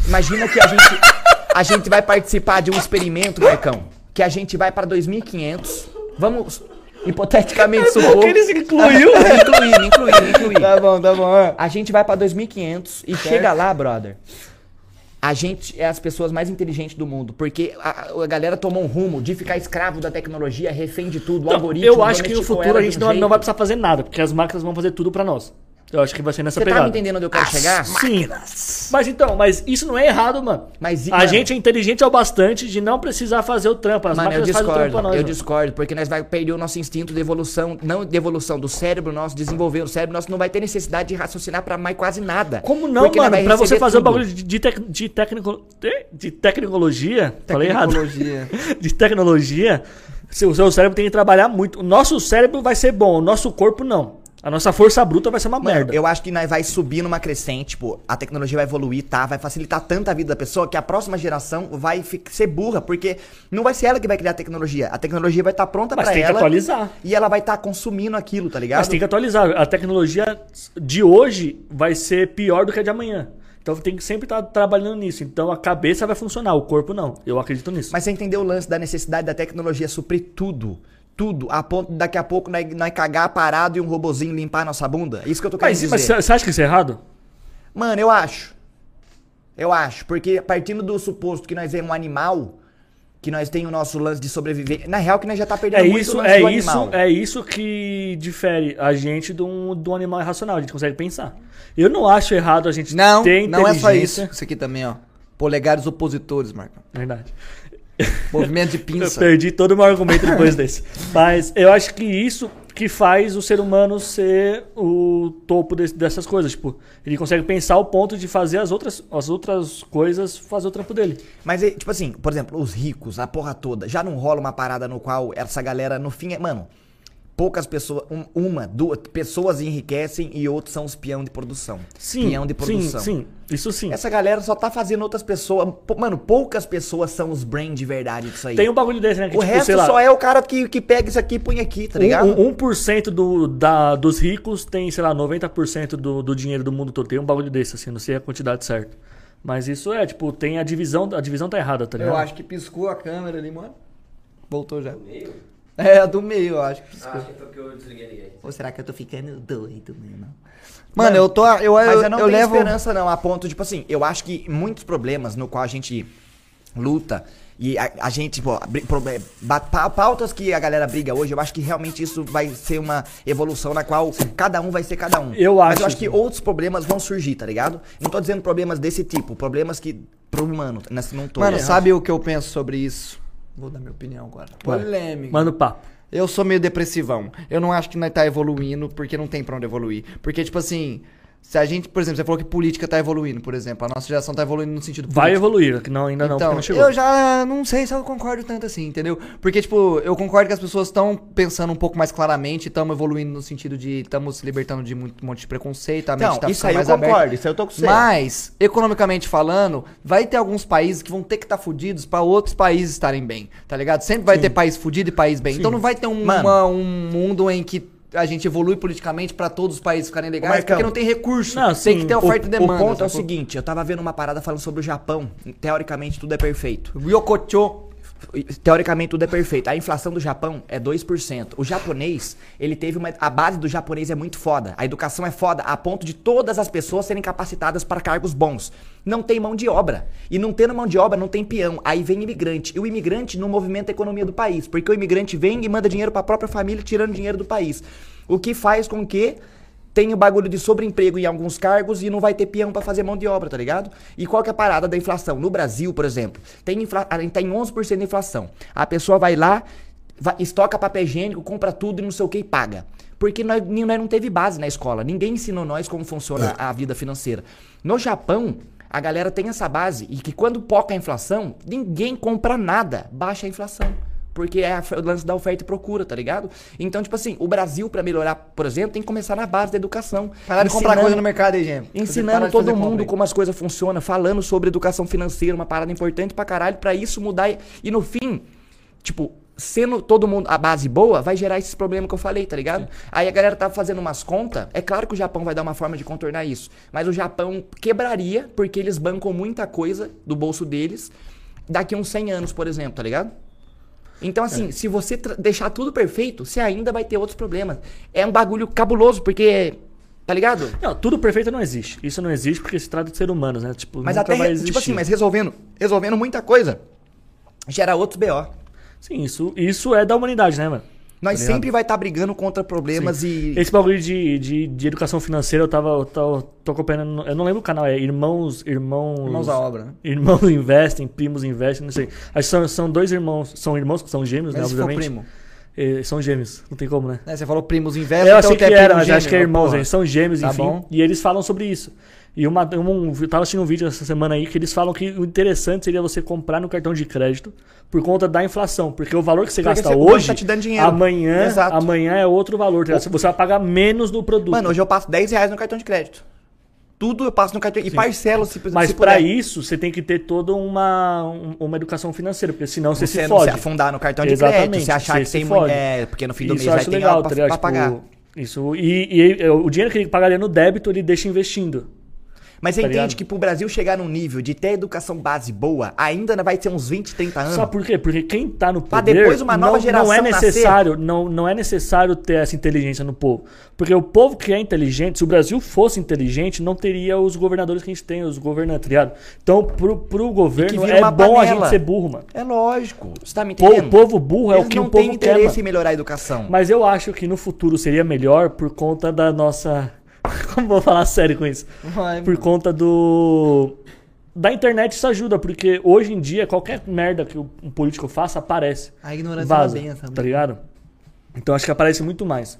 imagina que a gente, a gente vai participar de um experimento, Marcão, que a gente vai pra 2500, vamos hipoteticamente
<laughs>
supor...
Porque eles incluiu.
incluindo, incluindo, incluindo.
Tá bom, tá bom. ó.
A gente vai pra 2500 e chega lá, brother. A gente é as pessoas mais inteligentes do mundo, porque a, a galera tomou um rumo de ficar escravo da tecnologia, refém de tudo, o algoritmo.
eu acho que no
domesticou
futuro
ela
a
de
gente
um
não,
jeito.
não vai precisar fazer nada, porque as máquinas vão fazer tudo pra nós. Eu acho que vai ser nessa
Você tá
pegada. Ah,
me entendendo onde eu quero chegar?
Sim. Mas então, mas isso não é errado, mano.
Mas e-
a
mano-
gente é inteligente ao bastante de não precisar fazer o trampo. As
Mano, eu
máquinas fazem o trampo
discordo,
pra nós.
eu
mano.
discordo, porque nós vai perder o nosso instinto de evolução, não de evolução do cérebro nosso, desenvolver o cérebro nosso, não vai ter necessidade de raciocinar pra mais quase nada.
Como não,
Porque nós
mano?
vai
Pra você
receber
fazer o
tudo.
bagulho de, de, tec, de, tecnico, de, de tecnologia. Falei errado. <laughs>
Tecnologia.
de tecnologia. Seu, seu cérebro tem que trabalhar muito. O nosso cérebro vai ser bom, o nosso corpo não. A nossa força bruta vai ser uma
Mano,
merda.
eu acho que nós vai subir numa crescente, tipo, a tecnologia vai evoluir, tá? Vai facilitar tanto a vida da pessoa que a próxima geração vai fi- ser burra, porque não vai ser ela que vai criar a tecnologia. A tecnologia vai estar pronta
Mas
pra
tem que
ela.
atualizar.
E ela vai estar consumindo aquilo, tá ligado?
Mas tem que atualizar. A tecnologia de hoje vai ser pior do que a de amanhã. Então tem que sempre estar trabalhando nisso. Então a cabeça vai funcionar, o corpo não. Eu acredito nisso.
Mas você entendeu o lance da necessidade da tecnologia suprir tudo? Tudo, a ponto de daqui a pouco nós, nós cagar parado e um robozinho limpar a nossa bunda? É Isso que eu tô querendo
Mas-
dizer.
mas você acha que isso é errado?
Mano, eu acho. Eu acho, porque partindo do suposto que nós é um animal, que nós tem o nosso lance de sobreviver. Na real, que nós já tá perdendo
É
muito o
isso,
lance
é
do
isso,
animal.
é isso que difere a gente de um, de um animal irracional. A gente consegue pensar. Eu não acho errado a gente
Não,
ter
não é só isso.
inteligência.
Isso aqui também, ó. Polegares opositores, Marcão.
Verdade.
Movimento de
<laughs> Eu
pinça.
perdi todo o meu argumento
<laughs>
depois desse. Mas eu acho que isso que faz o ser humano ser o topo desse- dessas coisas. Tipo, ele consegue pensar ao ponto de fazer as outras, as outras coisas, fazer o trampo dele.
Mas, é, tipo assim, por exemplo, os ricos, a porra toda, já não rola uma parada no qual essa galera, no fim, é. Mano, poucas pessoas. um- uma, duas pessoas enriquecem e outros são os peão de produção. peão é um de
sim,
produção.
sim. Isso sim.
Essa galera só tá fazendo outras pessoas. pou- Mano, poucas pessoas são os brain de verdade disso aí.
Tem um bagulho desse, né? Que,
o
tipo, sei
resto
lá,
só é o cara que, que pega isso aqui e põe aqui, tá ligado?
um- um- 1% do, da, dos ricos tem, sei lá, 90% do, do dinheiro do mundo todo. Tem um bagulho desse, assim, não sei a quantidade certa. Mas isso é, tipo, tem a divisão, a divisão tá errada, tá ligado?
Eu acho que piscou a câmera ali, mano. Voltou já.
Meio?
É, a do meio, eu acho que piscou.
Ah, acho que foi porque eu desliguei ele.
Ou será que eu tô ficando doido, mano? Mano, eu tô. Eu,
Mas eu,
eu
não
eu
tenho
levo. um-
esperança, não, a ponto, tipo assim, eu acho que muitos problemas no qual a gente luta e a, a gente, pô, bri- proble- ba- pa- pautas que a galera briga hoje, eu acho que realmente isso vai ser uma evolução na qual cada um vai ser cada um.
Eu
Mas
acho.
eu acho que outros problemas vão surgir, tá ligado? Não tô dizendo problemas desse tipo, problemas que pro humano, nessa não tô.
Mano,
É.
sabe o que eu penso sobre isso? Vou dar minha opinião agora.
Vai.
Polêmico.
Manda o papo.
Eu sou meio depressivão. Eu não acho que nós tá evoluindo porque não tem pra onde evoluir. Porque, tipo assim, Se a gente, por exemplo, você falou que política tá evoluindo, por exemplo. A nossa geração tá evoluindo no sentido
Vai
político.
evoluir, que não, ainda não,
Então,
porque não chegou.
eu já não sei se eu concordo tanto assim, entendeu? Porque, tipo, eu concordo que as pessoas estão pensando um pouco mais claramente, estamos evoluindo no sentido de estamos se libertando de muito, um monte de preconceito, a mente
Não,
tá
isso
ficando
aí eu
mais
concordo,
aberta.
isso aí eu tô com você.
Mas, economicamente falando, vai ter alguns países que vão ter que estar fudidos pra outros países estarem bem, tá ligado? Sempre vai ter país fudido e país bem. Então não vai ter um,
Mano.
uma- um mundo em que a gente evolui politicamente pra todos os países ficarem legais,
Marcão,
porque não tem recurso.
não,
tem
sim,
que ter
o-
oferta e demanda.
o ponto é o
sacou?
seguinte, eu tava vendo uma parada falando sobre o Japão. Teoricamente tudo é perfeito.
Yokocho.
Teoricamente tudo é perfeito. A inflação do Japão é 2%. O japonês, ele teve uma a base do japonês é muito foda. A educação é foda a ponto de todas as pessoas serem capacitadas para cargos bons. Não tem mão de obra. E não tendo mão de obra, não tem peão. Aí vem imigrante. E o imigrante não movimenta a economia do país, porque o imigrante vem e manda dinheiro para a própria família, tirando dinheiro do país. O que faz com que tem o bagulho de sobreemprego em alguns cargos e não vai ter peão pra fazer mão de obra, tá ligado? E qual que é a parada da inflação? No Brasil, por exemplo, tem infla... a gente tá em 11% de inflação. A pessoa vai lá, va- estoca papel higiênico, compra tudo e não sei o que e paga. Porque nós, ni- nós não teve base na escola. Ninguém ensinou nós como funciona a vida financeira. No Japão, a galera tem essa base e que quando poca a inflação, ninguém compra nada, baixa a inflação. Porque é a- o lance da oferta e procura, tá ligado? Então, tipo assim, o Brasil, pra melhorar, por exemplo, tem que começar na base da educação.
Parar de comprar coisa no mercado aí, gente. Parar
Ensinando
de
todo
fazer compra
mundo
aí.
como as coisas funcionam, falando sobre educação financeira, uma parada importante pra caralho, pra isso mudar. E, e no fim, tipo, sendo todo mundo a base boa, vai gerar esses problemas que eu falei, tá ligado? Aí a galera tá fazendo umas contas, é claro que o Japão vai dar uma forma de contornar isso, mas o Japão quebraria, porque eles bancam muita coisa do bolso deles, daqui uns 100 anos, por exemplo, tá ligado? Então, assim,
É.
se você tra- deixar tudo perfeito, você ainda vai ter outros problemas. É um bagulho cabuloso, porque. Tá ligado?
Não, tudo perfeito não existe. Isso não existe porque se trata de ser humanos, né? Tipo,
Mas
nunca
até,
vai
re-
existir.
tipo assim, mas resolvendo, resolvendo muita coisa, gera outros BO.
Sim, isso, isso é da humanidade, né, mano?
Nós sempre vai
tá
estar brigando contra problemas e...
Esse bagulho de, de, de educação financeira, eu tava. Eu tava- tô acompanhando. Eu não lembro o canal, é Irmãos. Irmãos.
Irmãos à obra, né?
Irmãos investem, primos investem, não sei. Acho que são, são dois irmãos. São irmãos, que são gêmeos,
Mas
né?
se for
Obviamente.
primo?
Eh, são gêmeos, não tem como, né?
É, você falou primos inversos,
Eu
então
achei que
é primo
era, mas
gêmeo,
acho que é
né,
irmãos,
porra?
eles são gêmeos,
Tá
enfim.
bom.
E eles falam sobre isso. E uma, um, eu tava assistindo um vídeo essa semana aí que eles falam que o interessante seria você comprar no cartão de crédito por conta da inflação. Porque o valor que você
Porque
gasta
você compra,
hoje,
tá te dando dinheiro.
amanhã
Exato.
amanhã é outro valor. tá ligado? Você vai pagar menos no produto.
Mano, hoje eu passo 10 reais no cartão de crédito. Tudo eu passo no cartão... E parcelo se, se
Mas
puder.
pra isso, você tem que ter toda uma, um- uma educação financeira, porque senão você,
Você
se
não
fode.
se afundar no cartão de crédito,
Exatamente,
você achar
você
que
se
tem...
fode.
muito É, porque no fim do mês
eu
vai
acho
ter
legal,
algo
tá
pra,
ligado?
pra pagar.
Tipo, Isso. E, e, é, o dinheiro que ele pagaria no débito, ele deixa investindo.
Mas você
tá
entende
ligado?
que pro Brasil chegar num nível de ter educação base boa, ainda vai ter uns 20, 30 anos?
Sabe por quê? Porque quem tá no
Ah. Pra
poder
depois uma nova
não, não é
geração nascer.
necessário, não, não é necessário ter essa inteligência no povo. Porque o povo que é inteligente, se o Brasil fosse inteligente, não teria os governadores que a gente tem, os governantes, tá ligado? Então, pro, pro governo
vira
é
uma
bom a
panela.
gente ser burro, mano.
É lógico. Você tá me
Po-
entendendo?
O povo burro é
Eles
o que
não
o povo
têm
quer,
interesse
mano.
em melhorar a educação.
Mas eu acho que no futuro seria melhor por conta da nossa. <laughs> Como vou falar sério com isso?
Vai,
por conta do. Da internet isso ajuda, porque hoje em dia qualquer merda que um político faça aparece.
A ignorância
Vaza,
é uma benção,
tá
né?
ligado? Então acho que aparece muito mais.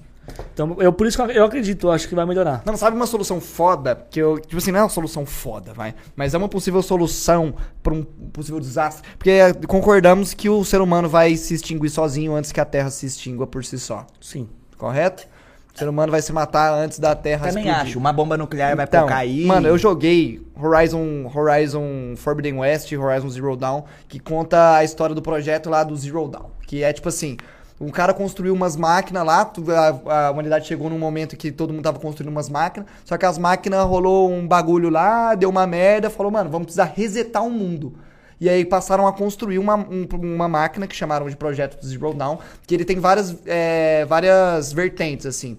Então, eu, por isso que eu acredito, eu acho que vai melhorar.
Não, sabe uma solução foda? Que eu, tipo assim, não é uma solução foda, vai. Mas é uma possível solução pra um possível desastre. Porque eh, concordamos que o ser humano vai se extinguir sozinho antes que a Terra se extingua por si só.
Sim.
Correto? O ser humano vai se matar antes da Terra
Também
explodir.
acho. Uma bomba nuclear vai
Então,
focar aí.
Mano, eu joguei Horizon, Horizon Forbidden West, Horizon Zero Dawn, que conta a história do projeto lá do Zero Dawn. Que é tipo assim, um cara construiu umas máquinas lá, tu- a, a humanidade chegou num momento que todo mundo tava construindo umas máquinas, só que as máquinas rolou um bagulho lá, deu uma merda, falou, mano, vamos precisar resetar o mundo. E aí passaram a construir uma, um- uma máquina que chamaram de projeto do Zero Dawn, que ele tem várias, é, várias vertentes, assim.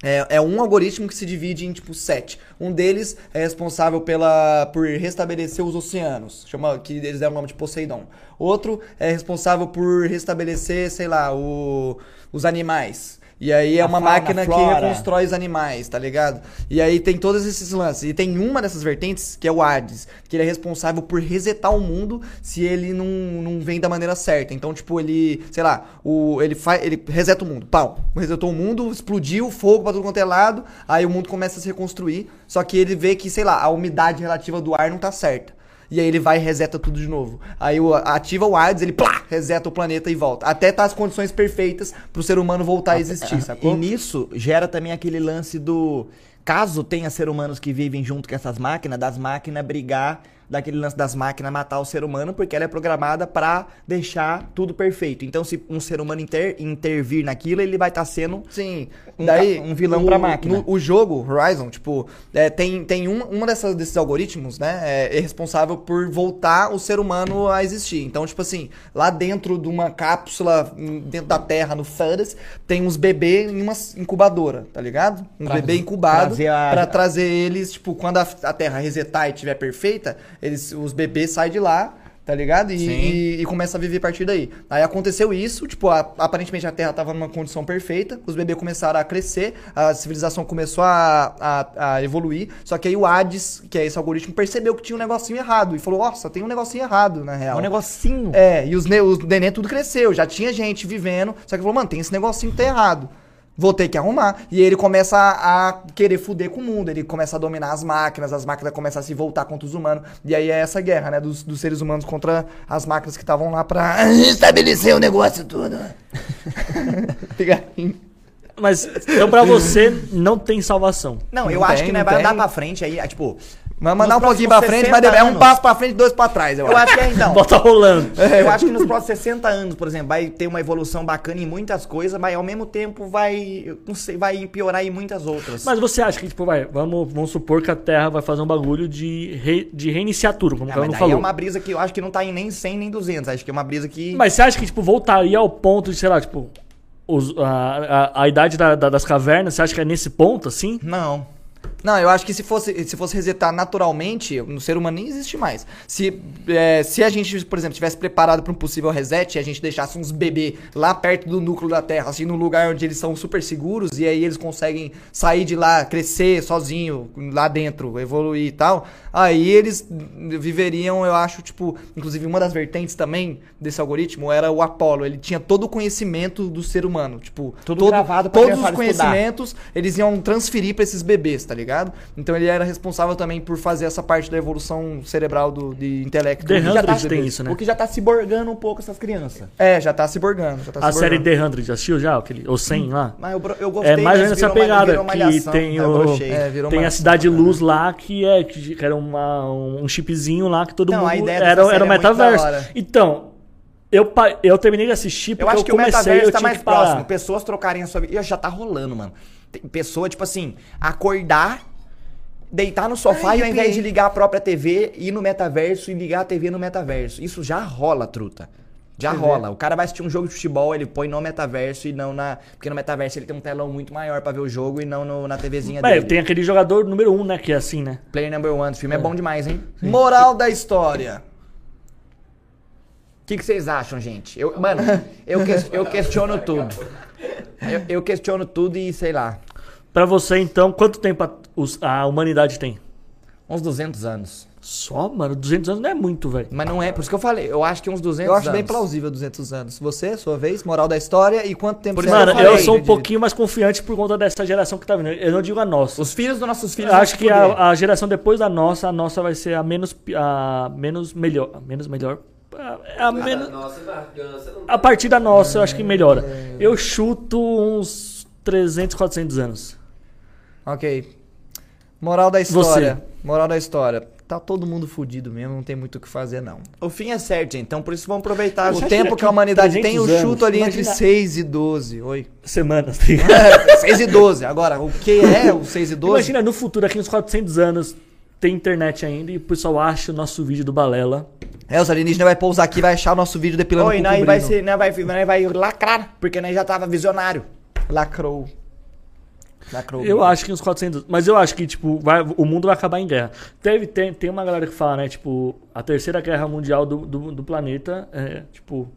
É, é um algoritmo que se divide em tipo sete. Um deles é responsável pela por restabelecer os oceanos, chama que eles deram o nome de Poseidon. Outro é responsável por restabelecer, sei lá, o- os animais. E aí é
A
uma
fauna,
máquina que
flora.
reconstrói os animais, tá ligado? E aí tem todos esses lances. E tem uma dessas vertentes, que é o Hades, que ele é responsável por resetar o mundo se ele não, não vem da maneira certa. Então, tipo, ele, sei lá, o, ele, fa, ele reseta o mundo. Pau. Resetou o mundo, explodiu, fogo pra tudo quanto é lado. Aí o mundo começa a se reconstruir. Só que ele vê que, sei lá, a umidade relativa do ar não tá certa. E aí ele vai e reseta tudo de novo. Aí o- ativa o Hades, ele plá, reseta o planeta e volta. Até tá as condições perfeitas pro ser humano voltar a existir,
Ah, E
sacou?
nisso gera também aquele lance do. Caso tenha ser humanos que vivem junto com essas máquinas, das máquinas brigar, daquele lance das máquinas matar o ser humano, porque ela é programada pra deixar tudo perfeito. Então, se um ser humano inter- intervir naquilo, ele vai estar sendo.
Sim.
Um
Daí,
ca- um vilão pra máquina.
no- o jogo, Horizon, tipo, é, tem, tem um, uma dessas, desses algoritmos, né? É, é responsável por voltar o ser humano a existir. Então, tipo assim, lá dentro de uma cápsula, hum, dentro da Terra, no Fares, tem uns bebês em uma incubadora, tá ligado? Um
Pra
bebê incubado
trazer a-
pra trazer eles, tipo, quando a, a Terra resetar e tiver perfeita, eles, os bebês saem de lá, tá ligado? E,
Sim.
e, e começa a viver a partir daí. Aí aconteceu isso, tipo, a- aparentemente a Terra tava numa condição perfeita, os bebês começaram a crescer, a civilização começou a, a, a evoluir, só que aí o Hades, que é esse algoritmo, percebeu que tinha um negocinho errado e falou, nossa, tem um negocinho errado, na
É
real.
um negocinho.
É, e os, ne os neném tudo cresceu, já tinha gente vivendo, só que falou, mano, tem esse negocinho que tá errado. Vou ter que arrumar. E ele começa a, a querer fuder com o mundo. Ele começa a dominar as máquinas, as máquinas começam a se voltar contra os humanos. E aí é essa guerra, né? Dos, dos seres humanos contra as máquinas que estavam lá pra <laughs> estabelecer o negócio todo. <laughs> Pegadinha.
Mas,
<laughs>
então pra você, não tem salvação.
Não, eu
Não
acho
tem,
que né,
não
vai
tem.
andar pra frente aí, ah, tipo.
Vai
nos
mandar um pouquinho
próximos
pra frente, mas
60
é um
anos.
passo pra frente e dois pra trás, eu
Eu
acho.
acho que
<laughs>
é então.
Bota rolando.
É.
Eu acho que nos próximos 60 anos, por exemplo, vai ter uma evolução bacana em muitas coisas, mas ao mesmo tempo vai, eu não sei, vai piorar em muitas outras.
Mas você acha que, tipo, vai, vamos, vamos supor que a Terra vai fazer um bagulho de, re- de reiniciar tudo, como o
Ah,
cara
mas
não
daí
falou.
é uma brisa que eu acho que não tá em nem 100 nem 200, acho que é uma brisa que
Mas você acha que, tipo, voltaria ao ponto de, sei lá, tipo, os- a, a, a idade da- da- das cavernas, você acha que é nesse ponto, assim?
não.
Não, eu acho que se fosse, se fosse resetar naturalmente, no ser humano nem existe mais. Se, é, se a gente, por exemplo, tivesse preparado para um possível reset e a gente deixasse uns bebês lá perto do núcleo da Terra, assim, num lugar onde eles são super seguros e aí eles conseguem sair de lá, crescer sozinho, lá dentro, evoluir e tal, aí eles viveriam, eu acho, tipo, inclusive uma das vertentes também desse algoritmo era o Apolo. Ele tinha todo o conhecimento do ser humano, tipo,
Tudo
todo,
gravado pra
todos os
criançada estudar.
conhecimentos alimentos, eles iam transferir pra esses bebês, tá ligado? Então ele era responsável também por fazer essa parte da evolução cerebral do, de intelecto.
The
Já tá-
100 tem isso, né?
O que já tá se borgando um pouco essas crianças.
É, já tá se borgando. Já tá
A
se
série
borgando.
The 100, já assistiu já? Aquele, ou 100 lá?
Mas eu, bro- eu gostei,
É mais ou menos
mas
essa
né? virou uma-
pegada
virou
que
malhação, né?
tem,
aí eu
o,
brochei.
É, virou
tem a
malhação,
Cidade
né?
Luz lá, que, é, que era uma, um chipzinho lá que todo
Não, a
mundo...
ideia dessa
era,
série
era o
é muito
metaverso.
da hora.
Então, eu, pa- eu terminei de assistir porque
Eu acho que o
comecei, eu
metaverso tá
tinha
mais
que parar.
próximo. Pessoas trocarem a sua vida. Ih, Já tá rolando, mano. Tem pessoa, tipo assim, acordar, deitar no sofá
Ai,
e ao invés de
arrepiei.
ligar a própria TV, ir no metaverso e ligar a TV no metaverso. Isso já rola, truta. Já rola. O cara vai assistir um jogo de futebol, ele põe no metaverso e não na. Porque no metaverso ele tem um telão muito maior pra ver o jogo e não no- na TVzinha
Mas
dele.
É, tem aquele jogador número um, né? Que é assim, né?
Player number one, esse filme é bom demais, hein?
Moral da história.
O que que vocês acham, gente? Eu, mano, eu, ques- eu questiono tudo. Eu, eu questiono tudo e sei lá.
Pra você, então, quanto tempo a, os- a humanidade tem?
Uns 200 anos.
Só, mano, 200 anos não é muito, velho.
Mas não é, por isso que eu falei. Eu acho que uns 200
Eu acho bem
anos.
plausível 200 anos. Você, sua vez, moral da história e quanto tempo
Por
você
isso
Mano,
que eu
eu
falei,
sou um
acredita?
pouquinho mais confiante por conta dessa geração que tá vindo. Eu não digo a nossa.
Os filhos dos nossos filhos.
Eu
vão
acho
se
que
fuder.
a, a geração depois da nossa, a nossa vai ser a menos, pi- a menos melhor. A menos melhor? A, a menos,
Ah, tá. Nossa, você não
a partir da nossa, eu acho que melhora. Eu chuto uns 300, 400 anos.
Ok. Moral da
Você.
história. Moral da história. Tá todo mundo fudido mesmo, não tem muito o que fazer, não.
O fim é certo, gente. Então por isso vamos aproveitar.
O
acha
tempo
que
que a humanidade
300
tem, eu
anos,
chuto ali entre
imagina-
6 e
<laughs>
12. Oi.
Semanas, <laughs> tá ligado?
6 e 12. Agora, o que é o 6 e 12?
Imagina no futuro, aqui uns 400 anos, tem internet ainda e o pessoal acha o nosso vídeo do Balela.
É, os alienígenas vai pousar aqui, vai achar o nosso vídeo depilando
Oi,
o
nós
cucubrino.
vai, ser, nós, vai, nós vai lacrar, porque nós já tava visionário.
Lacrou. Lacrou.
Eu acho que uns 400. Mas eu acho que, tipo, vai- o mundo vai acabar em guerra. Teve, tem, tem uma galera que fala, né? Tipo, a terceira guerra mundial do, do, do planeta é, tipo,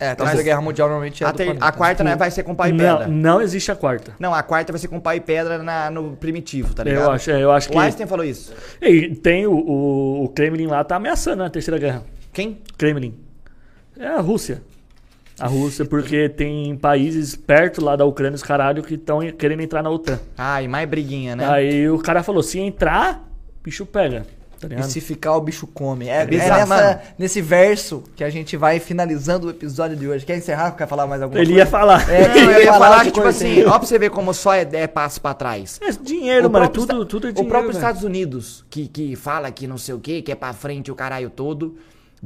É, a Terceira
Mas-
Guerra Mundial normalmente é
A,
do
ter-
planeta.
a quarta né, vai ser com pau e pedra.
Não,
Não,
não existe a quarta.
a quarta vai ser com pau e pedra na- no primitivo, tá ligado?
Eu acho, é, eu acho que.
O Einstein falou isso.
E tem o, o, o Kremlin lá, tá ameaçando a Terceira Guerra.
Quem?
Kremlin. É a Rússia. A Rússia, porque tem países perto lá da Ucrânia, os caralho, que estão querendo entrar na OTAN.
Ai, mais briguinha, né?
Aí o cara falou: se entrar, bicho pega. Tá
E
ligado?
se ficar, o bicho come. É, é
bizarro,
nessa-
mano.
nesse verso que a gente vai finalizando o episódio de hoje. Quer encerrar? Quer falar mais alguma
Ele
coisa?
ia falar.
É,
<laughs>
não, eu ia falar que, tipo
coisa
assim,
assim.
ó pra você ver como só é, é passo pra trás.
É dinheiro, mano.
próprio
Tudo,
esta-
tudo é
O
dinheiro.
próprio
velho.
Estados Unidos, que, que fala que não sei o que, que é pra frente o caralho todo,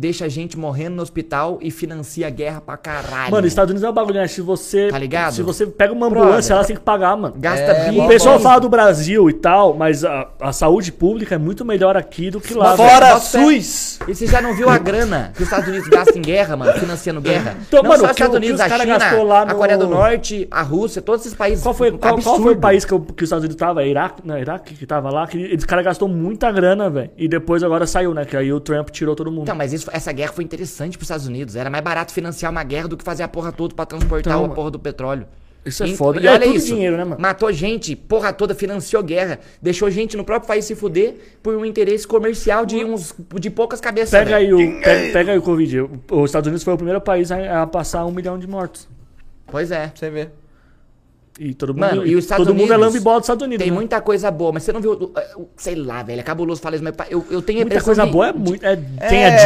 deixa a gente morrendo no hospital e financia a guerra pra caralho.
Mano, Estados Unidos é um bagulho, né? Se você.
Tá ligado?
Se você pega uma
Brother.
ambulância, ela tem que pagar, mano.
Gasta
É,
bi-
O pessoal fala do Brasil e tal, mas a, a saúde pública é muito melhor aqui do que lá. velho.
Fora
Bota-
SUS!
E você já não viu a grana que os Estados Unidos gastam em guerra, mano? Financiando
<laughs>
guerra?
Então,
não
mano,
só
o
os
que-
Estados
o que
Unidos,
os
a
cara
China,
gastou lá
a Coreia do
no-
Norte, a Rússia, todos esses países.
Qual foi, qual, qual foi
absurdo.
o país que, o- que os Estados Unidos tava? Iraque, né? Iraque que tava lá? Que esse cara gastou muita grana, velho. E depois agora saiu, né? Que aí o Trump tirou todo mundo.
Então, mas isso- essa guerra foi interessante pros Estados Unidos. Era mais barato financiar uma guerra do que fazer a porra toda pra transportar
Então,
a porra do petróleo.
isso é
E-
foda.
E
É
olha
tudo
isso.
dinheiro, né, mano?
Matou gente, porra toda, financiou guerra. Deixou gente no próprio país se fuder por um interesse comercial de, uns, de poucas cabeças.
Pega
velho.
aí, o, pe- pega, aí o Covid. O- Os Estados Unidos foi o primeiro país a, a passar um milhão de mortos.
Pois é.
Você vê.
E todo mundo,
Mano, e os Estados
todo mundo é
Unidos
lambibola dos Estados Unidos.
Tem
né?
muita coisa boa, mas você não viu. o- o- Sei lá, velho. É cabuloso falar isso, mas eu, eu tenho a
Muita
impressão
coisa
de-
boa é muito. é- tem a
É,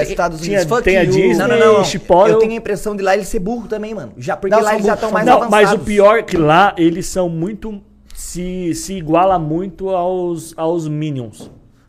Disney.
Estados
tinha-
Unidos, fuck
tem a
you.
Disney,
Não, não, não.
Chipotle.
Eu tenho a impressão de lá ele ser burro tá? também, mano. Já, porque
Não,
lá
são
eles já
burros,
estão
são
mais
Não,
avançados.
mas o pior é que lá eles são muito. Se, se iguala muito aos, aos Minions.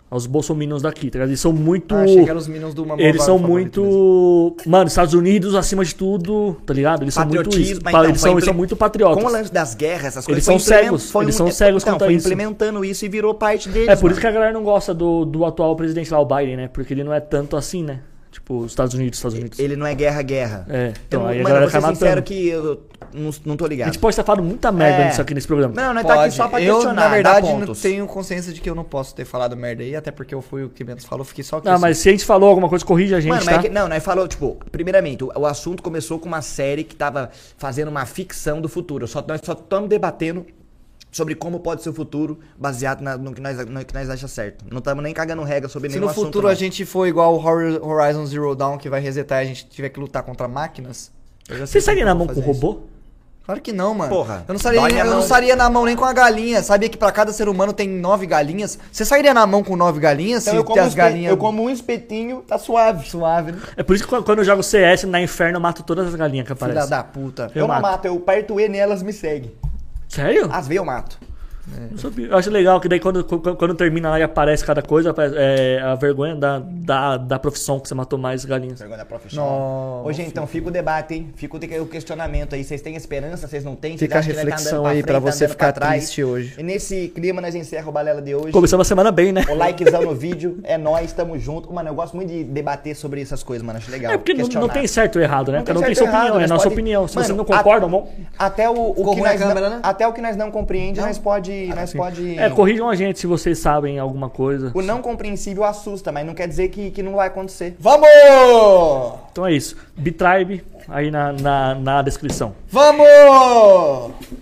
Aos Bolsominions daqui, tá ligado? Eles são muito.
Ah, achei que eram os Minions do Mamão
Eles são
Favorito mesmo.
muito. Mano, Estados Unidos acima de tudo, tá ligado? Eles são muito isso.
Patriotismo,
Pa-
então,
eles,
foi
são, eles
imple-
são muito
Com o
patriotas.
lance das guerras, essas coisas.
Eles
foi
são cegos,
implemen- foi
eles são cegos
Então,
quanto a
foi
isso.
implementando isso e virou parte deles.
É por isso que
mano.
a galera não gosta do, do atual presidente lá, o Biden, né? Porque ele não é tanto assim, né? Tipo, os Estados Unidos, Estados Unidos.
Ele não é guerra-guerra.
É, então
eu,
aí a
mano,
galera
eu vou
cai
ser sincero
matando.
que eu não, não tô
A
ligado.
gente pode estar falando muita merda
É.
nisso aqui nesse programa.
Não, nós tá aqui só pra
eu,
questionar,
na
dar
verdade, não
pontos.
tenho consciência de que eu não posso ter falado merda aí, até porque eu fui o que menos falou, fiquei só aqui.
Ah,
assim.
mas se a gente falou alguma coisa, corrige a gente,
Mano, mas
tá?
é que, não, nós falou, tipo, primeiramente, o, o assunto começou com uma série que tava fazendo uma ficção do futuro. Só, nós só estamos debatendo sobre como pode ser o futuro baseado na- no que nós, no que nós acha tá certo. Não estamos nem cagando regra sobre
Se
nenhum
no
assunto.
futuro
não.
a gente for igual o Hor- Horizon Zero Dawn, que vai resetar e a gente tiver que lutar contra máquinas. eu já sei
Você
que
sairia
eu
na
vou
mão com o
fazer isso.
robô?
Claro que não, mano.
Porra,
eu não sairia,
dói a
eu não
mão.
sairia na mão nem com a galinha. Sabia que pra cada ser humano tem nove galinhas? Você sairia na mão com nove galinhas?
Então
se
eu como,
tem
um
as
espe-
galinhas
eu como um espetinho, tá suave.
suave, né?
É por isso que quando- quando eu jogo CS na Inferno, eu mato todas as galinhas que
Filha
aparecem.
da puta.
Eu
Eu, não
mato.
mato, eu parto E nelas me segue.
Sério?
Às vezes eu mato.
Não sabia. Eu acho legal que daí quando, quando, quando termina lá e aparece cada coisa, aparece- é, a vergonha da, da, da profissão que você matou mais galinhas.
Vergonha da profissão.
Não,
Ô, gente, então fica o debate, hein? Fica o de- o questionamento aí. Vocês têm esperança? Vocês não têm? Vocês
Fica a
acham que nós tá andando
reflexão aí
frente,
pra
tá
você
andando pra
ficar
trás?
triste hoje.
E nesse clima nós encerra o Balela de hoje.
Começamos a semana bem, né?
O likezão no vídeo, é nóis, tamo junto. Mano, eu gosto muito de debater sobre essas coisas, mano. Acho legal.
É porque não, não
questionar.
tem certo ou errado, né?
Não tem
Cada um tem
certo
sua
ou errado,
opinião, é
mas
nossa
pode-
opinião. Se
Mano,
você não
a-
concorda, bom.
Até o, o
Ficou
que
ruim a
nós
câmera,
não,
né? Ah,
até o que nós não compreende, nós pode, nós pode
É, corrijam a gente se vocês sabem alguma coisa.
O não compreensível assusta, mas não quer dizer que, que não vai acontecer.
Vamos!
Então é isso. Bitribe aí na, na, na descrição.
Vamos!